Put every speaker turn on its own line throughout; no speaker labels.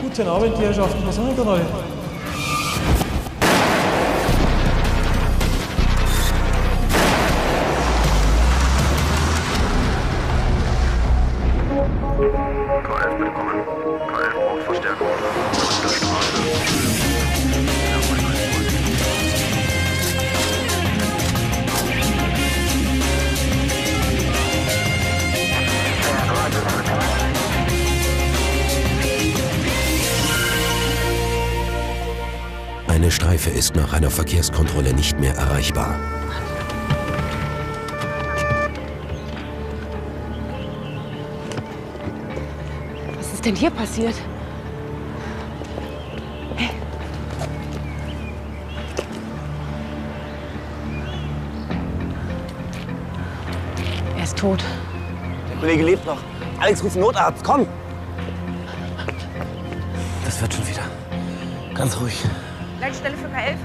Guten Abend, die Herrschaften. Was haben wir denn alle?
Eine Streife ist nach einer Verkehrskontrolle nicht mehr erreichbar.
Was ist denn hier passiert? Hey. Er ist tot.
Der Kollege lebt noch. Alex, ruf den Notarzt, komm! Das wird schon wieder. Ganz ruhig.
Leitstelle für K11.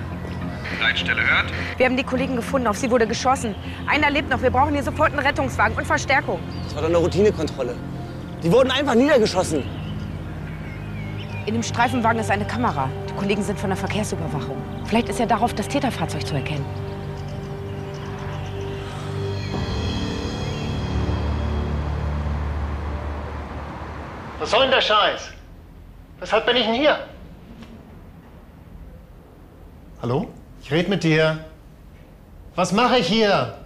Leitstelle hört.
Wir haben die Kollegen gefunden. Auf sie wurde geschossen. Einer lebt noch. Wir brauchen hier sofort einen Rettungswagen und Verstärkung.
Das war doch eine Routinekontrolle. Die wurden einfach niedergeschossen.
In dem Streifenwagen ist eine Kamera. Die Kollegen sind von der Verkehrsüberwachung. Vielleicht ist ja darauf das Täterfahrzeug zu erkennen.
Was soll denn der Scheiß? Weshalb bin ich denn hier? Hallo? Ich rede mit dir. Was mache ich hier?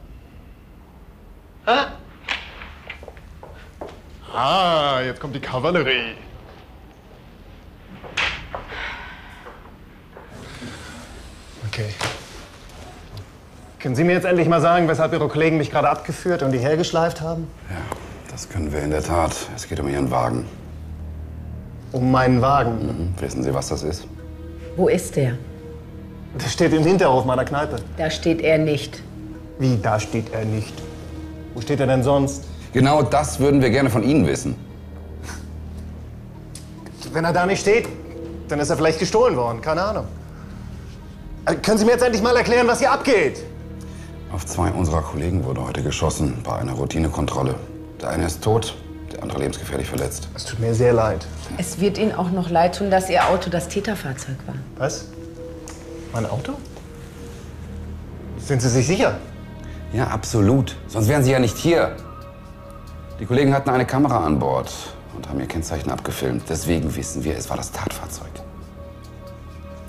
Hä? Ah, jetzt kommt die Kavallerie. Okay. Können Sie mir jetzt endlich mal sagen, weshalb Ihre Kollegen mich gerade abgeführt und hierher geschleift haben?
Das können wir in der Tat. Es geht um Ihren Wagen.
Um meinen Wagen.
Mhm. Wissen Sie, was das ist?
Wo ist er?
Der steht im Hinterhof meiner Kneipe.
Da steht er nicht.
Wie, da steht er nicht. Wo steht er denn sonst?
Genau das würden wir gerne von Ihnen wissen.
Wenn er da nicht steht, dann ist er vielleicht gestohlen worden. Keine Ahnung. Äh, Können Sie mir jetzt endlich mal erklären, was hier abgeht?
Auf zwei unserer Kollegen wurde heute geschossen bei einer Routinekontrolle. Der eine ist tot, der andere lebensgefährlich verletzt.
Es tut mir sehr leid.
Es wird Ihnen auch noch leid tun, dass Ihr Auto das Täterfahrzeug war.
Was? Mein Auto? Sind Sie sich sicher?
Ja, absolut. Sonst wären Sie ja nicht hier. Die Kollegen hatten eine Kamera an Bord und haben Ihr Kennzeichen abgefilmt. Deswegen wissen wir, es war das Tatfahrzeug.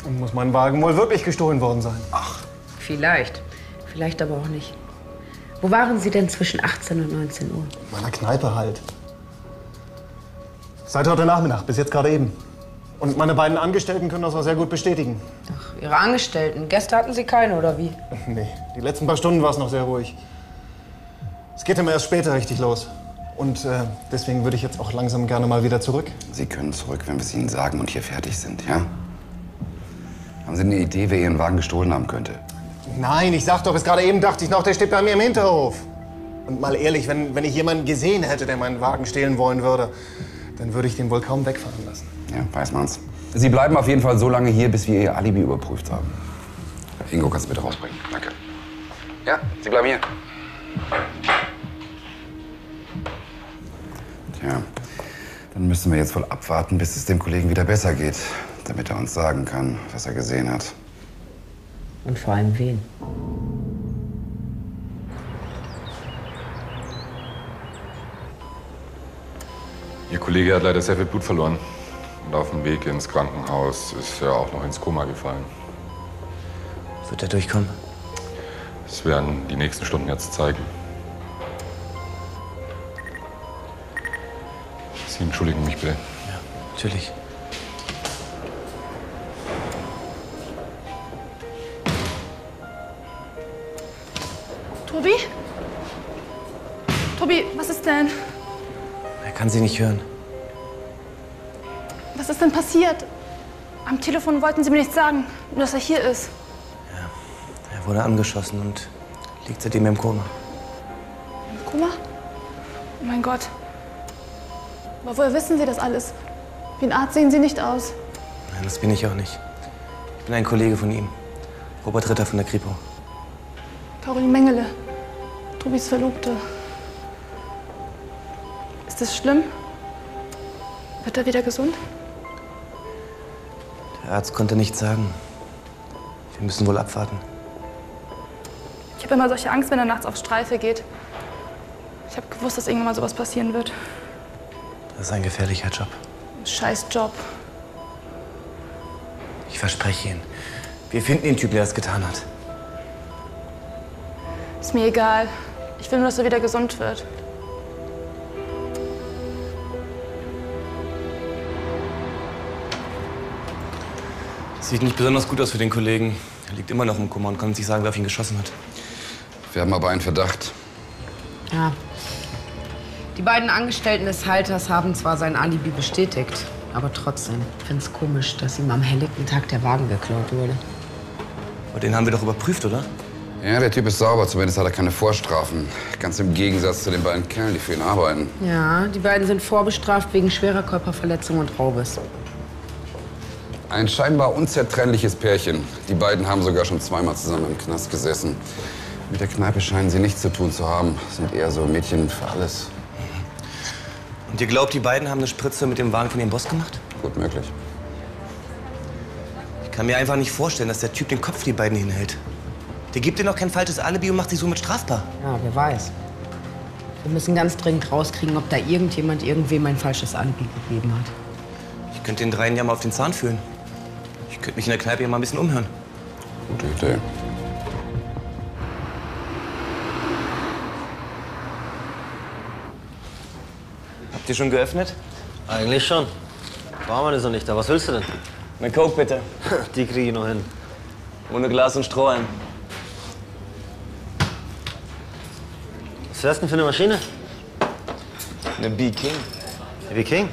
Und muss mein Wagen wohl wirklich gestohlen worden sein?
Vielleicht. Vielleicht aber auch nicht. Wo waren Sie denn zwischen 18 und 19 Uhr?
In meiner Kneipe halt. Seit heute Nachmittag, bis jetzt gerade eben. Und meine beiden Angestellten können das auch sehr gut bestätigen.
Ach, Ihre Angestellten. Gäste hatten Sie keine, oder wie?
Nee, die letzten paar Stunden war es noch sehr ruhig. Es geht immer erst später richtig los. Und äh, deswegen würde ich jetzt auch langsam gerne mal wieder zurück.
Sie können zurück, wenn wir es Ihnen sagen und hier fertig sind, ja? Haben Sie eine Idee, wer Ihren Wagen gestohlen haben könnte?
Nein, ich sag doch, bis gerade eben dachte ich noch, der steht bei mir im Hinterhof. Und mal ehrlich, wenn, wenn ich jemanden gesehen hätte, der meinen Wagen stehlen wollen würde, dann würde ich den wohl kaum wegfahren lassen.
Ja, weiß man's. Sie bleiben auf jeden Fall so lange hier, bis wir Ihr Alibi überprüft haben. Ingo, kannst du bitte rausbringen? Danke. Ja, Sie bleiben hier. Tja, dann müssen wir jetzt wohl abwarten, bis es dem Kollegen wieder besser geht, damit er uns sagen kann, was er gesehen hat.
Und vor allem wen?
Ihr Kollege hat leider sehr viel Blut verloren. Und auf dem Weg ins Krankenhaus ist er auch noch ins Koma gefallen.
Wird er durchkommen?
Das werden die nächsten Stunden jetzt zeigen. Sie entschuldigen mich bitte.
Natürlich.
Tobi? Tobi, was ist denn?
Er kann sie nicht hören.
Was ist denn passiert? Am Telefon wollten Sie mir nichts sagen, nur dass er hier ist.
Er wurde angeschossen und liegt seitdem im Koma.
Im Koma? Oh mein Gott. Aber woher wissen Sie das alles? Wie ein Arzt sehen Sie nicht aus.
Nein, das bin ich auch nicht. Ich bin ein Kollege von ihm. Robert Ritter von der Kripo.
Caroline Mengele. Tobis Verlobte. Ist das schlimm? Wird er wieder gesund?
Der Arzt konnte nichts sagen. Wir müssen wohl abwarten.
Ich habe immer solche Angst, wenn er nachts auf Streife geht. Ich habe gewusst, dass irgendwann mal sowas passieren wird.
Das ist ein gefährlicher Job.
Scheiß Job.
Ich verspreche Ihnen, wir finden den Typ, der das getan hat.
Ist mir egal. Ich will nur, dass er wieder gesund wird.
Sieht nicht besonders gut aus für den Kollegen. Er liegt immer noch im Kummer und kann uns nicht sagen, wer auf ihn geschossen hat.
Wir haben aber einen Verdacht.
Ah.
Ja. Die beiden Angestellten des Halters haben zwar sein Alibi bestätigt, aber trotzdem find's komisch, dass ihm am helllichten Tag der Wagen geklaut wurde.
Aber den haben wir doch überprüft, oder?
Ja, der Typ ist sauber, zumindest hat er keine Vorstrafen. Ganz im Gegensatz zu den beiden Kerlen, die für ihn arbeiten.
Ja, die beiden sind vorbestraft wegen schwerer Körperverletzung und Raubes.
Ein scheinbar unzertrennliches Pärchen. Die beiden haben sogar schon zweimal zusammen im Knast gesessen. Mit der Kneipe scheinen sie nichts zu tun zu haben. Sind eher so Mädchen für alles.
Und ihr glaubt, die beiden haben eine Spritze mit dem Wagen von ihrem Boss gemacht?
Gut möglich.
Ich kann mir einfach nicht vorstellen, dass der Typ den Kopf für die beiden hinhält. Der gibt dir noch kein falsches Alibi und macht sich somit strafbar.
Ja, wer weiß. Wir müssen ganz dringend rauskriegen, ob da irgendjemand irgendwem ein falsches Alibi gegeben hat.
Ich könnte den dreien ja mal auf den Zahn fühlen. Ich könnte mich in der Kneipe ja mal ein bisschen umhören.
Gute Idee.
Habt ihr schon geöffnet?
Eigentlich schon. Barmann ist noch nicht da. Was willst du denn?
Eine Coke bitte.
Die kriege ich noch hin.
Ohne Glas und Strohhalm.
Was fährst du denn für eine Maschine?
Eine B-King.
Heavy King.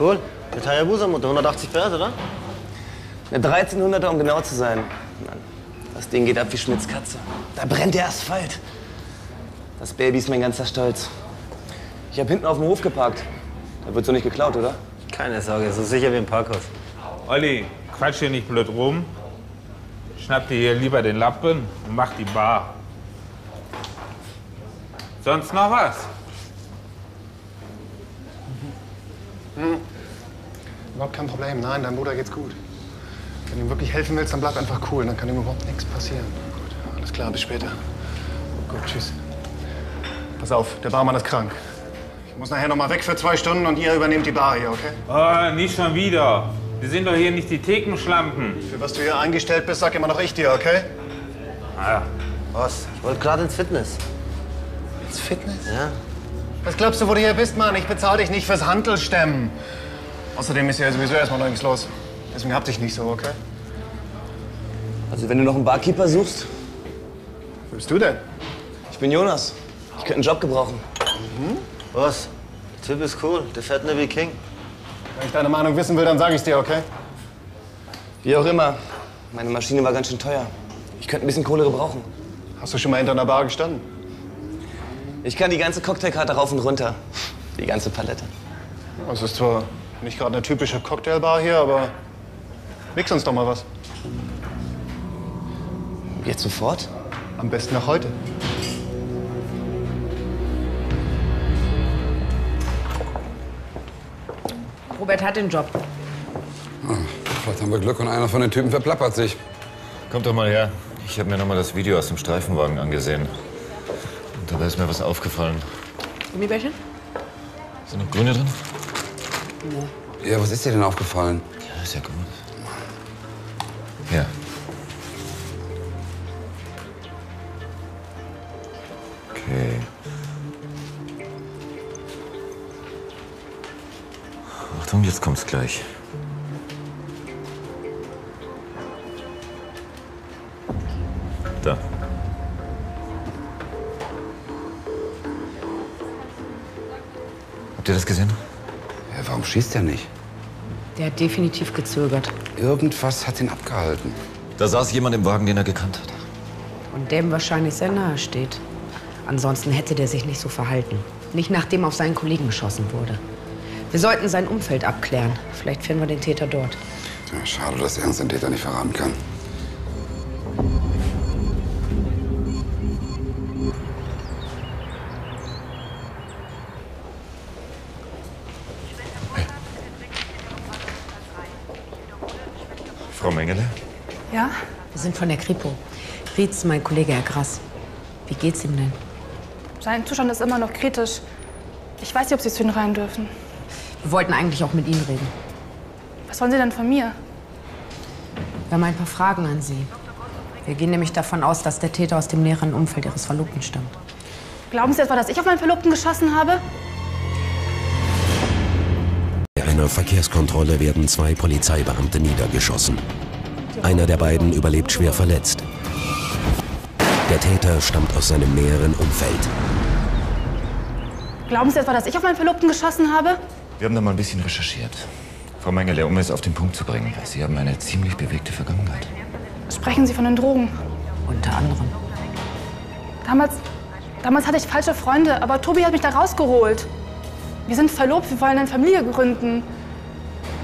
Cool. Mit Hayabusa-Motor. 180 PS, oder?
Eine 1300er, um genau zu sein. Mann, das Ding geht ab wie Schmidts Katze. Da brennt der Asphalt. Das Baby ist mein ganzer Stolz. Ich habe hinten auf dem Hof geparkt. Da wird so nicht geklaut, oder?
Keine Sorge, so sicher wie im Parkhaus.
Olli, quatsch hier nicht blöd rum. Schnapp dir hier lieber den Lappen und mach die Bar. Sonst noch was?
Überhaupt kein Problem. Nein, deinem Bruder geht's gut. Wenn du ihm wirklich helfen willst, dann bleib einfach cool. Dann kann ihm überhaupt nichts passieren. Gut, alles klar, bis später. Gut, tschüss. Pass auf, der Barmann ist krank. Ich muss nachher noch mal weg für zwei Stunden und ihr übernehmt die Bar hier, okay?
Oh, nicht schon wieder. Wir sind doch hier nicht die Thekenschlampen.
Für was du hier eingestellt bist, sag immer noch ich dir, okay?
Ah,
Was? Ich wollte gerade ins Fitness.
Ins Fitness?
Ja?
Was glaubst du, wo du hier bist, Mann? Ich bezahle dich nicht fürs Handelstemmen. Außerdem ist hier sowieso erstmal noch nichts los. Deswegen hab dich nicht so, okay?
Also wenn du noch einen Barkeeper suchst,
Wer bist du denn?
ich bin Jonas. Ich könnte einen Job gebrauchen.
Was? Der Typ ist cool. Der fährt eine Heavy King.
Wenn ich deine Meinung wissen will, dann sag ich's dir, okay?
Wie auch immer, meine Maschine war ganz schön teuer. Ich könnte ein bisschen Kohle gebrauchen.
Hast du schon mal hinter einer Bar gestanden?
Ich kann die ganze Cocktailkarte rauf und runter. Die ganze Palette.
Es ist zwar nicht gerade eine typische Cocktailbar hier, aber mix uns doch mal was.
Jetzt sofort?
Am besten noch heute.
Robert hat den Job.
Ah, Vielleicht haben wir Glück und einer von den Typen verplappert sich.
Kommt doch mal her. Ich habe mir noch mal das Video aus dem Streifenwagen angesehen. Und dabei ist mir was aufgefallen.
Gummibärchen?
Sind noch Grüne drin?
Ja, was ist dir denn aufgefallen?
Ja, ist ja gut. Ja. Okay. Achtung, jetzt kommt's gleich. Da. Habt ihr das gesehen?
Ja, warum schießt er nicht?
Der hat definitiv gezögert.
Irgendwas hat ihn abgehalten.
Da saß jemand im Wagen, den er gekannt hat.
Und dem wahrscheinlich sehr nahe steht. Ansonsten hätte der sich nicht so verhalten. Nicht nachdem auf seinen Kollegen geschossen wurde. Wir sollten sein Umfeld abklären. Vielleicht finden wir den Täter dort.
Ja, schade, dass er uns den Täter nicht verraten kann.
Frau Mengele?
Ja?
Wir sind von der Kripo. Rietz, mein Kollege Herr Grass. Wie geht's ihm denn?
Sein Zustand ist immer noch kritisch. Ich weiß nicht, ob Sie zu Ihnen rein dürfen.
Wir wollten eigentlich auch mit Ihnen reden.
Was wollen Sie denn von mir?
Wir haben ein paar Fragen an Sie. Wir gehen nämlich davon aus, dass der Täter aus dem näheren Umfeld Ihres Verlobten stammt.
Glauben Sie etwa, dass ich auf meinen Verlobten geschossen habe?
Bei einer Verkehrskontrolle werden zwei Polizeibeamte niedergeschossen. Einer der beiden überlebt schwer verletzt. Der Täter stammt aus seinem näheren Umfeld.
Glauben Sie etwa, dass ich auf meinen Verlobten geschossen habe?
Wir haben da mal ein bisschen recherchiert. Frau Mengele, um es auf den Punkt zu bringen, Sie haben eine ziemlich bewegte Vergangenheit.
Sprechen Sie von den Drogen.
Unter anderem.
Damals, damals hatte ich falsche Freunde, aber Tobi hat mich da rausgeholt. Wir sind verlobt, wir wollen eine Familie gründen.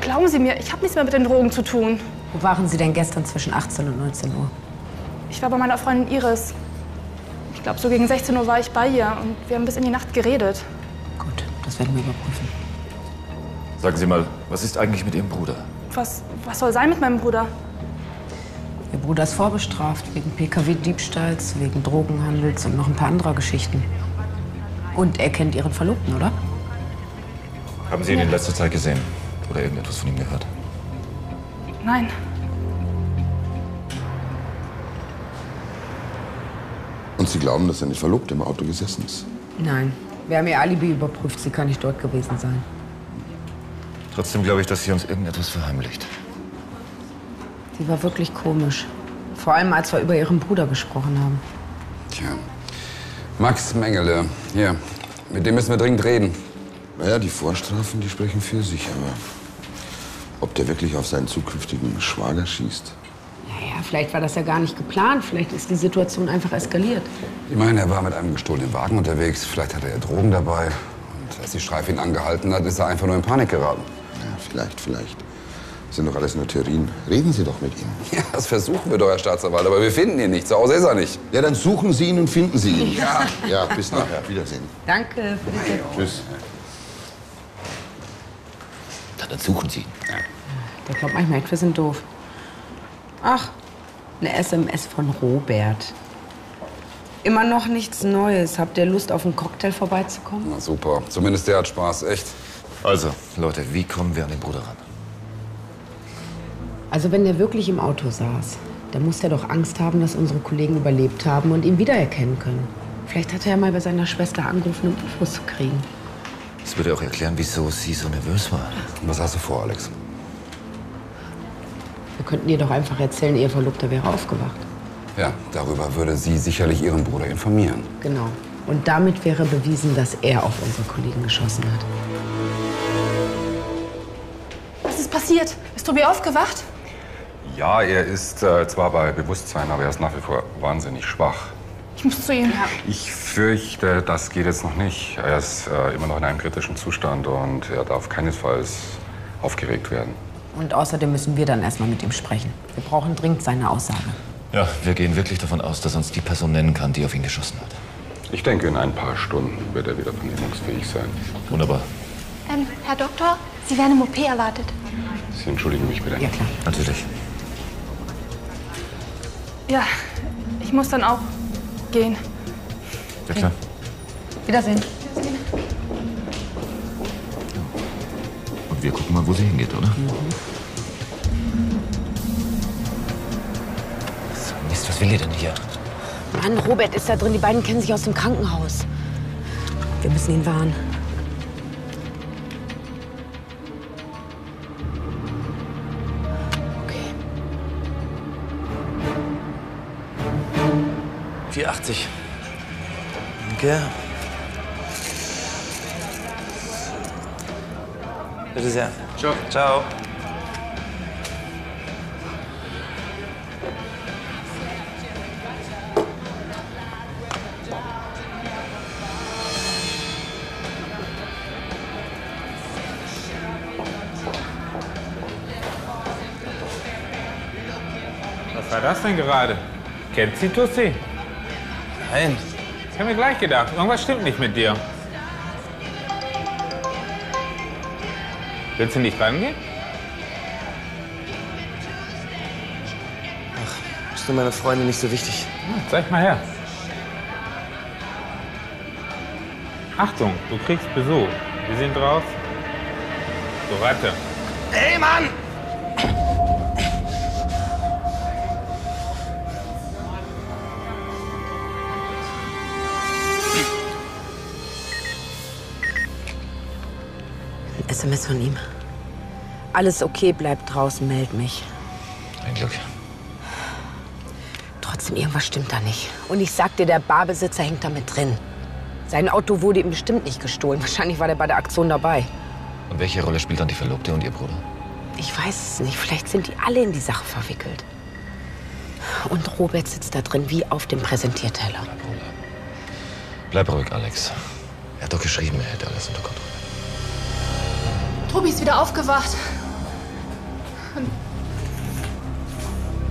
Glauben Sie mir, ich habe nichts mehr mit den Drogen zu tun.
Wo waren Sie denn gestern zwischen 18 und 19 Uhr?
Ich war bei meiner Freundin Iris. Ich glaube, so gegen 16 Uhr war ich bei ihr und wir haben bis in die Nacht geredet.
Das werden wir überprüfen.
Sagen Sie mal, was ist eigentlich mit Ihrem Bruder?
Was, was soll sein mit meinem Bruder?
Ihr Bruder ist vorbestraft wegen Pkw-Diebstahls, wegen Drogenhandels und noch ein paar anderer Geschichten. Und er kennt Ihren Verlobten, oder?
Haben Sie ihn in letzter Zeit gesehen oder irgendetwas von ihm gehört?
Nein.
Und Sie glauben, dass seine Verlobte im Auto gesessen ist?
Nein. Wir haben Ihr Alibi überprüft. Sie kann nicht dort gewesen sein.
Trotzdem glaube ich, dass sie uns irgendetwas verheimlicht.
Sie war wirklich komisch. Vor allem, als wir über Ihren Bruder gesprochen haben.
Tja. Max Mengele, hier. Mit dem müssen wir dringend reden.
Naja, die Vorstrafen, die sprechen für sich, aber ob der wirklich auf seinen zukünftigen Schwager schießt?
Naja, vielleicht war das ja gar nicht geplant. Vielleicht ist die Situation einfach eskaliert.
Ich meine, er war mit einem gestohlenen Wagen unterwegs. Vielleicht hatte er Drogen dabei. Und als die Streife ihn angehalten hat, ist er einfach nur in Panik geraten.
Ja, vielleicht, vielleicht. Das sind doch alles nur Theorien. Reden Sie doch mit ihm.
Ja, das versuchen wir doch, Herr Staatsanwalt, aber wir finden ihn nicht. Zu Hause ist er nicht.
Ja, dann suchen Sie ihn und finden Sie ihn.
Ja.
Ja, bis nachher. Wiedersehen.
Danke für die
Tschüss.
Dann suchen Sie ihn.
Der glaubt manchmal echt, wir sind doof. Ach, eine SMS von Robert. Immer noch nichts Neues. Habt ihr Lust, auf einen Cocktail vorbeizukommen?
Na super. Zumindest der hat Spaß, echt.
Also, Leute, wie kommen wir an den Bruder ran?
Also, wenn der wirklich im Auto saß, dann muss der doch Angst haben, dass unsere Kollegen überlebt haben und ihn wiedererkennen können. Vielleicht hat er ja mal bei seiner Schwester angerufen, um Infos zu kriegen.
Das würde auch erklären, wieso sie so nervös war.
Was hast du vor, Alex?
Wir könnten ihr doch einfach erzählen, ihr Verlobter wäre aufgewacht.
Ja, darüber würde sie sicherlich ihren Bruder informieren.
Genau. Und damit wäre bewiesen, dass er auf unsere Kollegen geschossen hat.
Was ist passiert? Ist Tobi aufgewacht?
Ja, er ist äh, zwar bei Bewusstsein, aber er ist nach wie vor wahnsinnig schwach.
Ich muss zu ihm.
Ich fürchte, das geht jetzt noch nicht. Er ist äh, immer noch in einem kritischen Zustand und er darf keinesfalls aufgeregt werden.
Und außerdem müssen wir dann erstmal mit ihm sprechen. Wir brauchen dringend seine Aussage.
Ja, wir gehen wirklich davon aus, dass uns die Person nennen kann, die auf ihn geschossen hat.
Ich denke, in ein paar Stunden wird er wieder vernehmungsfähig sein.
Wunderbar.
Ähm, Herr Doktor, Sie werden im OP erwartet.
Sie entschuldigen mich bitte.
Ja, klar.
Natürlich.
Ja, ich muss dann auch gehen.
Ja, klar.
Wiedersehen.
Und wir gucken mal, wo sie hingeht, oder? So, Mist, was will ihr denn hier?
Mann, Robert ist da drin. Die beiden kennen sich aus dem Krankenhaus. Wir müssen ihn warnen. Okay.
480. Danke. Bitte sehr. Ciao. Ciao.
Was war das denn gerade? Kennt sie Tussi?
Nein.
Ich habe mir gleich gedacht, irgendwas stimmt nicht mit dir. Willst du nicht rangehen?
nur meine Freunde nicht so wichtig.
Zeig mal her. Achtung, du kriegst Besuch. Wir sind raus. Du Ratte.
Ey, Mann!
Ein SMS von ihm. Alles okay, bleib draußen, meld mich.
Ein Glück.
Trotzdem, irgendwas stimmt da nicht. Und ich sag dir, der Barbesitzer hängt da mit drin. Sein Auto wurde ihm bestimmt nicht gestohlen. Wahrscheinlich war der bei der Aktion dabei.
Und welche Rolle spielt dann die Verlobte und ihr Bruder?
Ich weiß es nicht. Vielleicht sind die alle in die Sache verwickelt. Und Robert sitzt da drin wie auf dem Präsentierteller.
Bleib ruhig, Alex. Er hat doch geschrieben, er hätte alles unter Kontrolle.
Tobi ist wieder aufgewacht.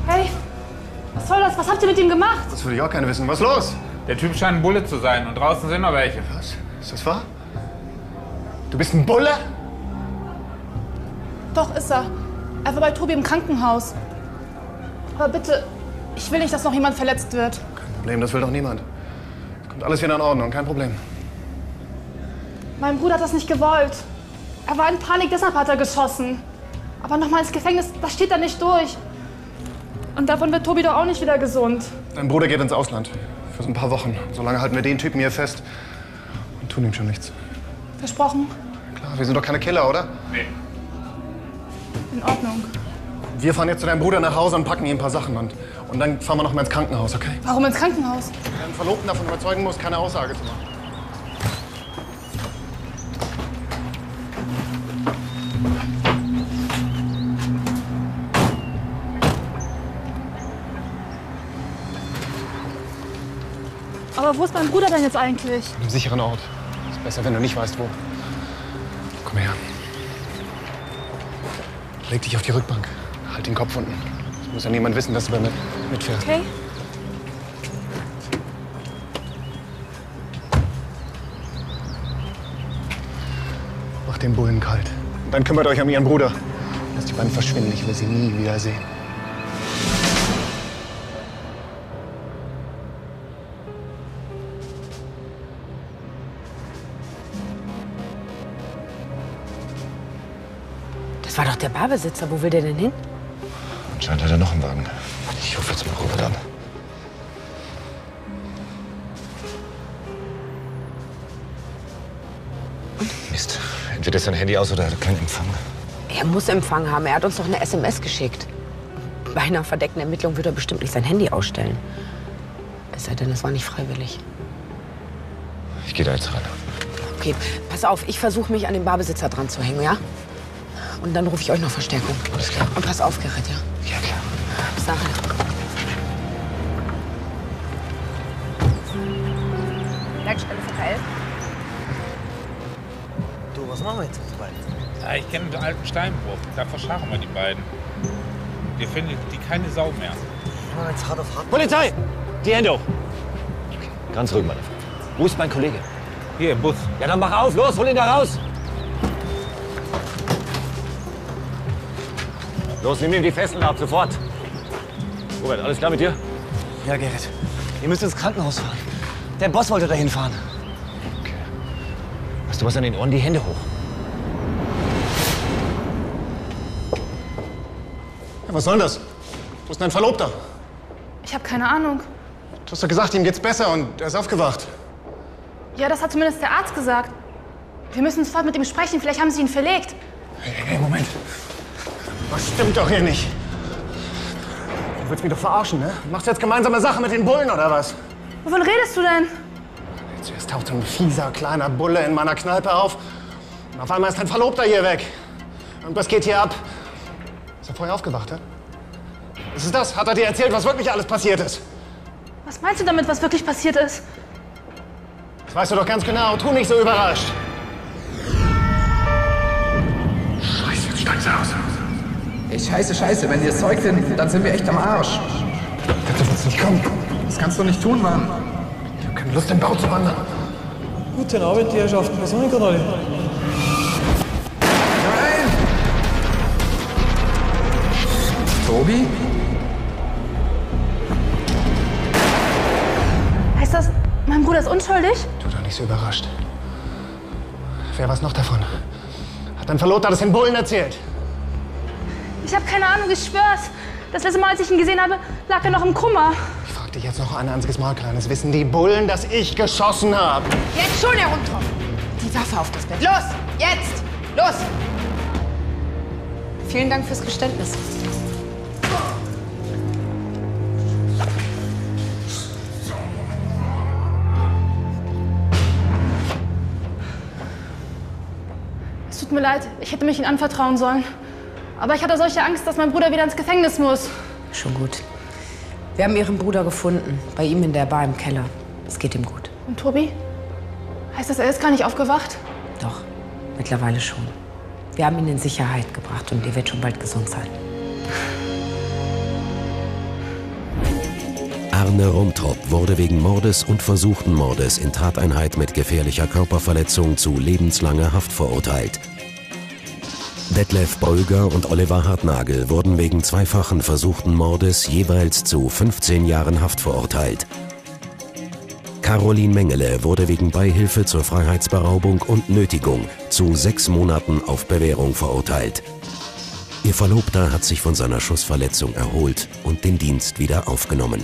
Hey, was soll das? Was habt ihr mit ihm gemacht?
Das würde ich auch gerne wissen. Was ist los?
Der Typ scheint ein Bulle zu sein und draußen sind noch welche.
Was? Ist das wahr? Du bist ein Bulle?
Doch, ist er. Er war bei Tobi im Krankenhaus. Aber bitte, ich will nicht, dass noch jemand verletzt wird.
Problem, das will doch niemand. Kommt alles wieder in Ordnung, kein Problem.
Mein Bruder hat das nicht gewollt. Er war in Panik, deshalb hat er geschossen. Aber nochmal ins Gefängnis, das steht er nicht durch. Und davon wird Tobi doch auch nicht wieder gesund.
Dein Bruder geht ins Ausland. Für so ein paar Wochen. Solange halten wir den Typen hier fest. Und tun ihm schon nichts.
Versprochen.
Klar, wir sind doch keine Killer, oder?
In Ordnung.
Wir fahren jetzt zu deinem Bruder nach Hause und packen ihm ein paar Sachen an. Und dann fahren wir noch mal ins Krankenhaus, okay?
Warum ins Krankenhaus?
Wenn deinen Verlobten davon überzeugen muss, keine Aussage zu machen.
Aber wo ist mein Bruder denn jetzt eigentlich?
An einem sicheren Ort. Ist besser, wenn du nicht weißt, wo. Komm her. Leg dich auf die Rückbank. Halt den Kopf unten. Es muss ja niemand wissen, dass du damit mitfährst.
Okay.
Mach den Bullen kalt. Und dann kümmert euch um ihren Bruder. Lasst die beiden verschwinden. Ich will sie nie wieder sehen.
Das war doch der Barbesitzer. Wo will der denn hin?
Anscheinend hat er noch einen Wagen. Ich rufe jetzt mal Robert an. Mist. Entweder ist sein Handy aus oder er hat keinen Empfang.
Er muss Empfang haben. Er hat uns doch eine SMS geschickt. Bei einer verdeckten Ermittlung würde er bestimmt nicht sein Handy ausstellen. Es sei denn, es war nicht freiwillig.
Ich gehe da jetzt ran.
Okay, pass auf, ich versuche mich an den Barbesitzer dran zu hängen, ja? Und dann rufe ich euch noch Verstärkung. Alles klar. Und pass auf, Gerrit, ja?
Ja, klar.
Bis nachher.
Leitstelle verteilt.
Du, was machen wir jetzt mit den beiden?
Ja, ich kenne den alten Steinbruch. Da verscharren wir die beiden. Dir findet die keine Sau mehr.
Wir machen jetzt hart auf hart.
Polizei!
Die Hände hoch!
Ganz ruhig, meine Frau. Wo ist mein Kollege? Hier im Bus.
Ja, dann mach auf, los, hol ihn da raus! Los, nimm ihm die Fesseln ab, sofort! Robert, alles klar mit dir? Ja, Gerrit. Ihr müsst ins Krankenhaus fahren. Der Boss wollte dahin fahren.
Hast du was an den Ohren? Die Hände hoch.
Ja, was soll das? Wo ist dein Verlobter?
Ich habe keine Ahnung.
Du hast doch gesagt, ihm geht's besser und er ist aufgewacht.
Ja, das hat zumindest der Arzt gesagt. Wir müssen sofort mit ihm sprechen. Vielleicht haben sie ihn verlegt.
Hey, Moment. Was stimmt doch hier nicht? Du willst mich doch verarschen, ne? Du machst jetzt gemeinsame Sache mit den Bullen, oder was?
Wovon redest du denn?
Zuerst taucht so ein fieser kleiner Bulle in meiner Kneipe auf. Und auf einmal ist dein Verlobter hier weg. Und was geht hier ab? Ist er vorher aufgewacht, hä? Was ist das? Hat er dir erzählt, was wirklich alles passiert ist?
Was meinst du damit, was wirklich passiert ist?
Das weißt du doch ganz genau. Tu nicht so überrascht. Scheiße, jetzt steigst du aus.
Ey, scheiße, scheiße, wenn die das Zeug finden, dann sind wir echt am Arsch.
Das darf jetzt nicht kommen.
Das kannst du nicht tun, Mann.
Ich hab keine Lust, den Bau zu wandern.
Guten Abend, die Herrschaften. Was haben wir gerade?
Tobi?
ist unschuldig?
Tu doch nicht so überrascht. Wer weiß noch davon? Hat dein Verlobter das den Bullen erzählt?
Ich habe keine Ahnung, ich schwör's. Das letzte Mal, als ich ihn gesehen habe, lag er noch im Kummer.
Frag dich jetzt noch ein einziges Mal, Kleines. Wissen die Bullen, dass ich geschossen habe?
Jetzt schon herumtropfen! Die Waffe auf das Bett. Los! Jetzt! Los! Vielen Dank fürs Geständnis.
Es tut mir leid, ich hätte mich ihm anvertrauen sollen. Aber ich hatte solche Angst, dass mein Bruder wieder ins Gefängnis muss.
Schon gut. Wir haben ihren Bruder gefunden. Bei ihm in der Bar im Keller. Es geht ihm gut.
Und Tobi? Heißt das, er ist gar nicht aufgewacht?
Doch, mittlerweile schon. Wir haben ihn in Sicherheit gebracht und er wird schon bald gesund sein.
Arne Rumtrup wurde wegen Mordes und versuchten Mordes in Tateinheit mit gefährlicher Körperverletzung zu lebenslanger Haft verurteilt. Detlef Bolger und Oliver Hartnagel wurden wegen zweifachen versuchten Mordes jeweils zu 15 Jahren Haft verurteilt. Caroline Mengele wurde wegen Beihilfe zur Freiheitsberaubung und Nötigung zu sechs Monaten auf Bewährung verurteilt. Ihr Verlobter hat sich von seiner Schussverletzung erholt und den Dienst wieder aufgenommen.